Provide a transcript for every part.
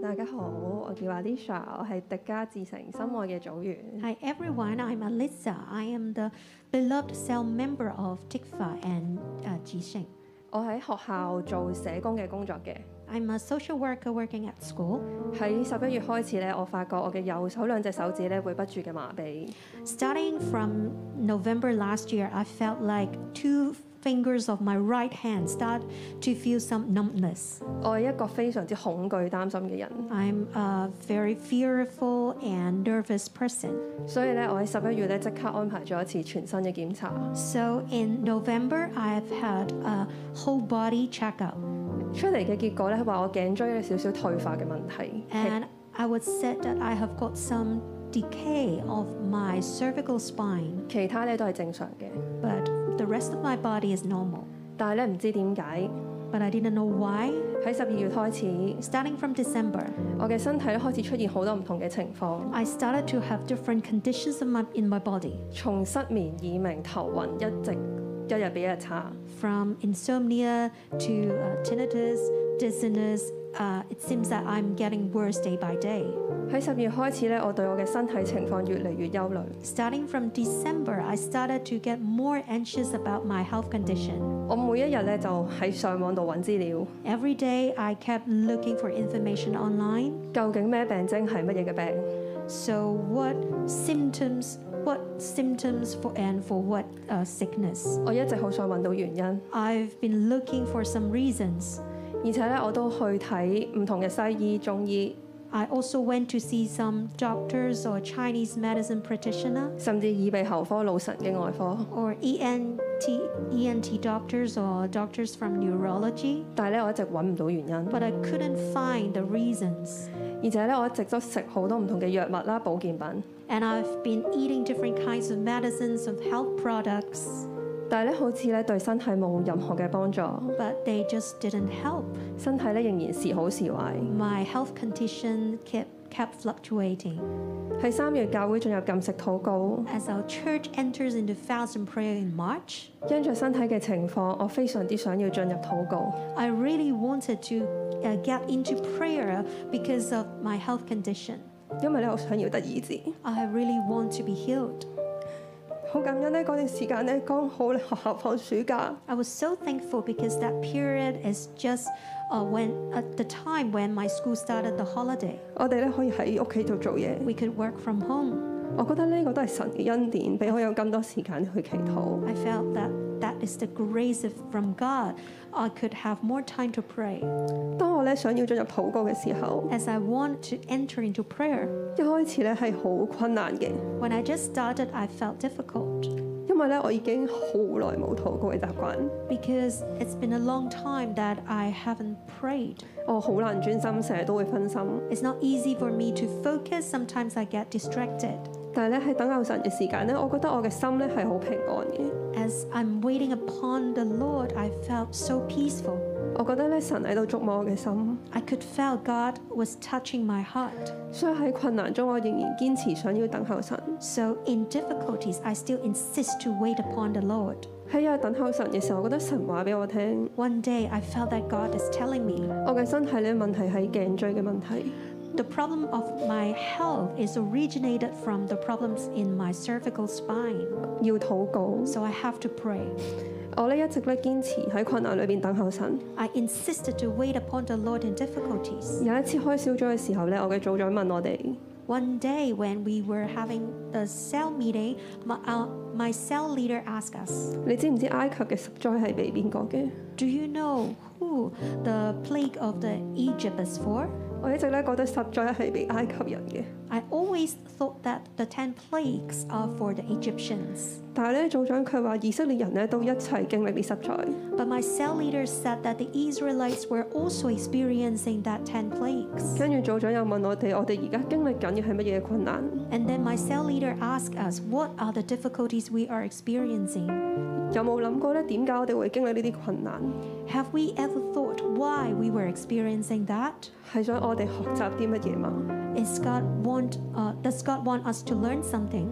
大家好，我叫 Alicia，我係迪加自成心愛嘅組員。 Hi everyone, I'm Alyssa. I am the beloved cell member of TICFA and uh, Jixing. 我喺學校做社工嘅工作嘅。 I'm a social worker working at school. 喺十一月開始咧，我發覺我嘅右手兩隻手指咧會不住嘅麻痹， Starting from November last year, I felt like two fingers of my right hand start to feel some numbness. 我係一個非常之恐懼擔心嘅人， I'm a very fearful and nervous person. 所以咧我喺十一月咧即刻安排咗一次全身嘅檢查， So in November, I've had a whole body checkup, 出嚟嘅結果咧話我頸椎有少少退化嘅問題，係 and I was said that I have got some decay of my cervical spine. 其他咧都係正常嘅， but the rest of my body is normal. 但係咧唔知點解 But I didn't know why. 喺十二月開始， Starting from December, 我嘅身體咧開始出現好多唔同嘅情況。 I started to have different conditions in my, in my body 從失眠、耳鳴、頭暈，一直一日比一日差。 from insomnia to uh, tinnitus, dizziness. Uh, it seems that I'm getting worse day by day. 喺十月開始咧，我對我嘅身體情況越嚟越憂慮。 Starting from December, I started to get more anxious about my health condition. 我每一日咧就喺上網度揾資料， Every day, I kept looking for information online. 究竟咩病徵係乜嘢嘅病？ So, what symptoms? What symptoms for and for what uh, sickness? 我一直好想揾到原因， I've been looking for some reasons. 而且咧我都去睇唔同嘅西醫、中醫， I also went to see some doctors or Chinese medicine practitioner 甚至耳鼻喉科、腦神經外科。 or E ENT, ENT E doctors or doctors from neurology, 但係咧我一直揾唔到原因， but I couldn't find the reasons. 而且咧我一直都食好多唔同嘅藥物啦、保健品， And I've been eating different kinds of medicines, of health products, 但係咧好似咧對身體冇任何嘅幫助， but they just didn't help. 身體咧仍然時好時壞。 My health condition kept, kept fluctuating. 喺三月教會進入禁食禱告， As our church enters into fast and prayer in March, 因着身體嘅情況，我非常之想要進入禱告。 I really wanted to uh, get into prayer because of my health condition. 因為咧，我想要得醫治。 I really want to be healed. 好感恩呢嗰段時間呢，剛好咧學校放暑假， I was so thankful because that period is just uh, when at the time when my school started the holiday. 我哋咧可以喺屋企度做嘢。 We could work from home. 我覺得呢個都係神嘅恩典，俾我有咁多時間去祈禱。 I felt that that is the grace of, from God. I could have more time to pray. 當我咧想要進入禱告嘅時候， As I want to enter into prayer, 一開始咧係好困難嘅， when I just started, I felt difficult 因為咧我已經好耐冇禱告嘅習慣， because it's been a long time that I haven't prayed. 我好難專心，成日都會分心。 It's not easy for me to focus. Sometimes I get distracted. 但係咧喺等候神嘅時間咧，我覺得我嘅心咧係好平安嘅。 As I'm waiting upon the Lord, I felt so peaceful. 我覺得咧，神喺度觸摸我嘅心， I could feel God was touching my heart. 所以喺困難中，我仍然堅持想要等候神。 So in difficulties, I still insist to wait upon the Lord. 喺啊等候神嘅時候，我覺得神話俾我聽， One day, I felt that God is telling me 我嘅身體咧問題係頸椎嘅問題， the problem of my health is originated from the problems in my cervical spine. 要禱告。 So I have to pray. 我咧一直咧堅持喺困難裏邊等候神。 I insisted to wait upon the Lord in difficulties. 有一次開小組嘅時候咧，我嘅組長問我哋： One day, when we were having the cell meeting, my, uh, my cell leader asked us, 你知唔知埃及嘅十災係俾邊個嘅？ Do you know who the plague of the Egypt is for? 我一直咧覺得十災係俾埃及人嘅， I always thought that the 10 plagues are for the Egyptians. 但係咧組長佢話以色列人咧都一齊經歷呢十災。 But my cell leader said that the Israelites were also experiencing that 10 plagues. 跟住組長又問我哋：我哋而家經歷緊嘅係乜嘢困難？ And then my cell leader asked us, What are the difficulties we are experiencing? 有冇諗過咧？點解我哋會經歷呢啲困難？ Have we ever thought why we were experiencing that? 係想我哋學習啲乜嘢嘛？呢 Is God want, uh, does God want us to learn something?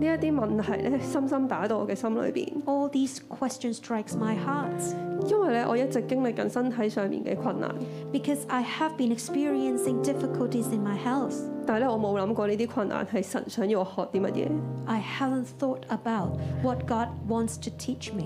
一啲問題咧，深深打到我嘅心裏邊。 All these questions strikes my heart. 因為咧我一直經歷緊身體上面嘅困難， because I have been experiencing difficulties in my health. 但係咧我冇諗過呢啲困難係神想要我學啲乜嘢。 I haven't thought about what God wants to teach me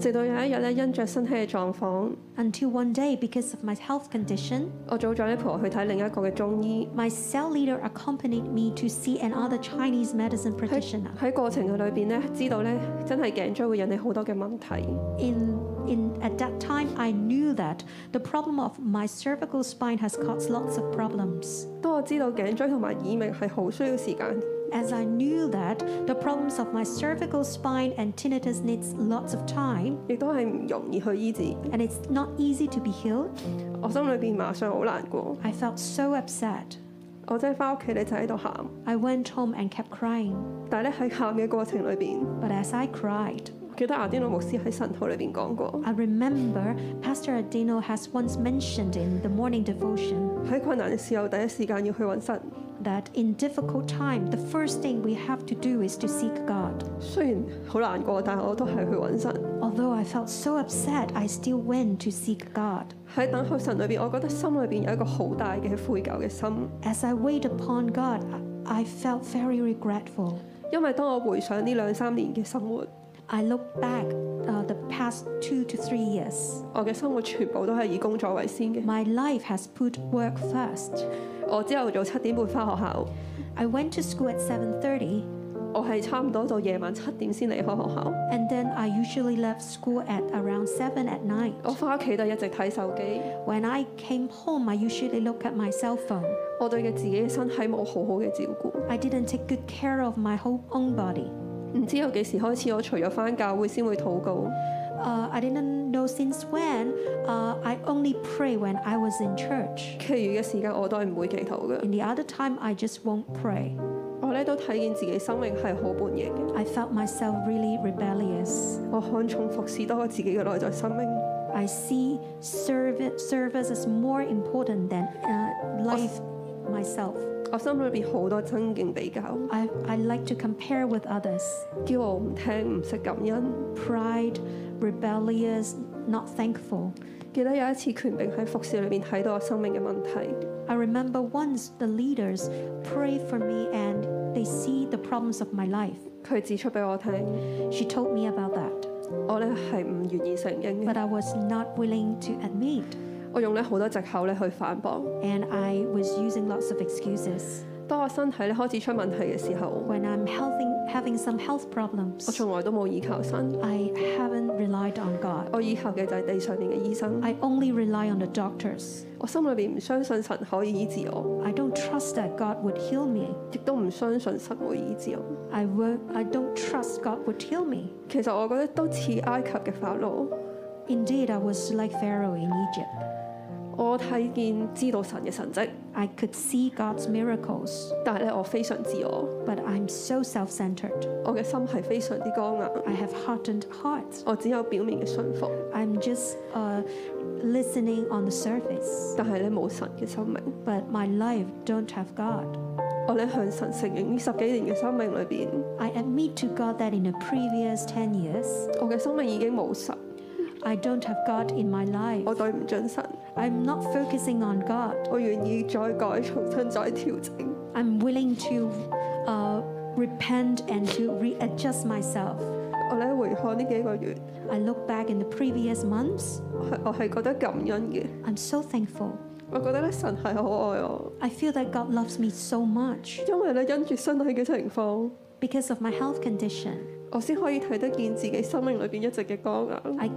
直到有一日咧，因着身體嘅狀況， until one day, because of my health condition, 我組長咧陪我去睇另一個嘅中醫。 my cell leader accompanied me to see another Chinese medicine 喺 practitioner. 喺過程嘅裏邊咧，知道咧真係頸椎會引起好多嘅問題。 In, in at that time, I knew that the problem of my cervical spine has caused lots of problems. 當我知道頸椎同埋耳鳴係好需要時間， As I knew that the problems of my cervical spine and tinnitus needs lots of time, 亦都係唔容易去醫治。 and it's not easy to be healed, 我心裏邊馬上好難過， I felt so upset. 我真係翻屋企咧就喺度喊。 I went home and kept crying. 但係咧喺喊嘅過程裏邊， But as I cried, 我記得阿丁老牧師喺神道裏邊講過， I remember Pastor Adino has once mentioned in the morning devotion 喺困難嘅時候第一時間要去揾神。 that in difficult time, the first thing we have to do is to seek God. 雖然好難過，但係我都係去揾神。 Although I felt so upset, I still went to seek God. 喺等候神裏邊，我覺得心裏邊有一個好大嘅悔疚嘅心， As I wait upon God, I I felt very regretful. 因為當我回想呢兩三年嘅生活， I look back uh, the past two to three years. 我嘅生活全部都係以工作為先嘅。 My life has put work first. 我朝頭早七點半翻學校， I went to school at 7:30, 我係差唔多到夜晚七點先離開學校。 and then I usually left school at around 7 at night. 我翻屋企都一直睇手機， When I came home, I usually look at my cell phone. 我對嘅自己嘅身體冇好好嘅照顧， I didn't take good care of my whole own body. 唔知由幾時開始，我除咗翻教會先會禱告， Uh, I didn't know since when. Uh, I only pray when I was in church. 其餘嘅時間我都係唔會祈禱嘅。 In the other time, I just won't pray. 我咧都睇見自己生命係好叛逆嘅， I felt myself really rebellious. 我看重服侍多過自己嘅內在生命， I see serv- service as more important than uh, life myself. 我心裏邊好多爭競比較， I, I like to compare with others. 驕傲唔聽唔識感恩。 Pride, rebellious, not thankful. 記得有一次權柄喺服侍裏邊睇到我生命嘅問題， I remember once the leaders prayed for me and they see the problems of my life. 佢指出俾我聽， She told me about that, 我咧係唔願意承認嘅， but I was not willing to admit. 我用咧好多藉口咧去反駁。 And I was using lots of excuses. 當我身體咧開始出問題嘅時候， When I'm healthy, having some health 我 problems, 從來都冇依靠神， I haven't relied on God. 我依靠嘅就係地上面嘅醫生。 I only rely on the doctors. 我心裏邊唔相信神可以醫治我， I don't trust that God would heal me. 亦都唔相信神會醫治我。 I, won't, I don't trust God would heal me. 其實我覺得都似埃及嘅法老， Indeed, I was like Pharaoh in Egypt. 我睇見知道神嘅神跡， I could see God's miracles. 但係咧我非常自我， But I'm so self centered. 我嘅心係非常之剛硬， I have hardened heart. 我只有表面嘅信服， I'm just uh, listening on the surface. 但係咧冇神嘅生命。 But my life don't have God. 我咧向神承認呢十幾年嘅生命裏邊， I admit to God that in the previous 10 years, 我嘅生命已經冇神， I don't have God in my life. 我對唔準神， I'm not focusing on God. 我願意再改，重新再調整。 I'm willing to uh, repent and to readjust myself. 我咧回看呢幾個月， I look back in the previous months. 我係我係覺得感恩嘅。 I'm so thankful. 我覺得咧神係好愛我， I feel that God loves me so much 因為咧因住身體嘅情況， because of my health condition. 我先可以睇得見自己生命裏邊一直嘅光硬。 I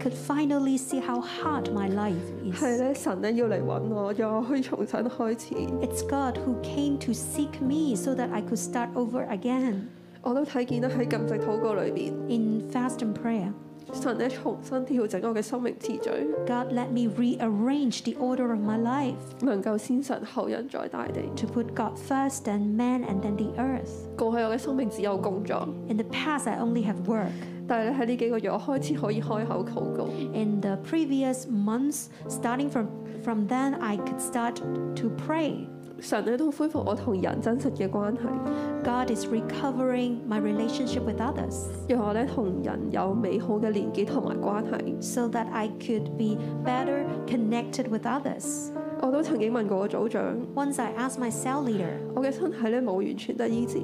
could finally see how hard my life 係 is. 咧，神咧要嚟揾我，讓我可以重新開始。 It's God who came to seek me so that I could start over again 我都睇見咧喺禁食禱告裏邊， in fast and prayer. 神咧重新調整我嘅生命次序， God let me rearrange the order of my life 能夠先神後人在大地。 to put God first, then man, and then the earth. 過去我嘅生命只有工作， In the past, I only have work. 但係咧喺呢幾個月，我開始可以開口禱告。 In the previous months, starting from from then, I could start to pray. 神喺度恢復我同人真實嘅關係， God is recovering my relationship with others 讓我咧同人有美好嘅連結同埋關係。 so that I could be better connected with others. 我都曾經問過我組長， Once I asked my cell leader, 我嘅身體咧冇完全得醫治，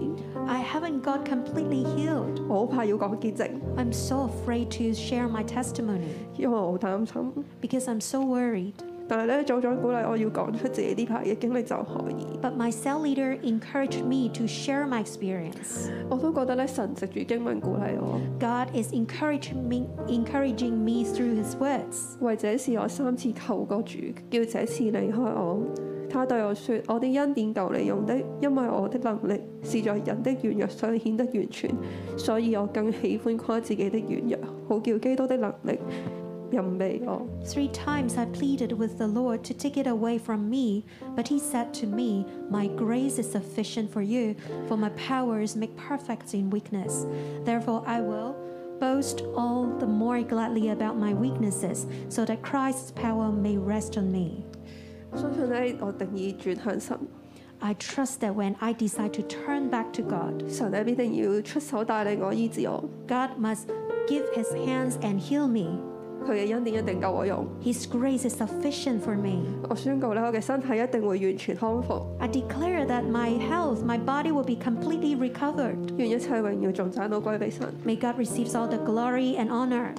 I haven't got completely healed. 我好怕要講見證， I'm so afraid to share my testimony 因為我好擔心。 because I'm so worried. 但係咧，組長鼓勵我要講出自己呢排嘅經歷就可以。 But my cell leader encouraged me to share my experience. 我都覺得咧，神藉住經文鼓勵我， God is encouraging me, encouraging me through His words. 為這事我三次求過主，叫這事離開我。他對我說：我的恩典夠你用的，因為我的能力是在人的軟弱上顯得完全，所以我更喜歡誇自己的軟弱，好叫基督的能力任備我。 Three times I pleaded with the Lord to take it away from me, but He said to me, My grace is sufficient for you, for my power is made perfect in weakness. Therefore, I will boast all the more gladly about my weaknesses, so that Christ's power may rest on me. 我相信咧，我定意轉向神， I trust that when I decide to turn back to God, 神咧必定要出手帶領我醫治我， God must give His hands and heal me. 佢嘅恩典一定夠我用。 His grace is sufficient for me. 我宣告咧，我嘅身體一定會完全康復， I declare that my health, my body will be completely recovered. 願一切榮耀仲讚到歸俾神。 May God receive all the glory and honor.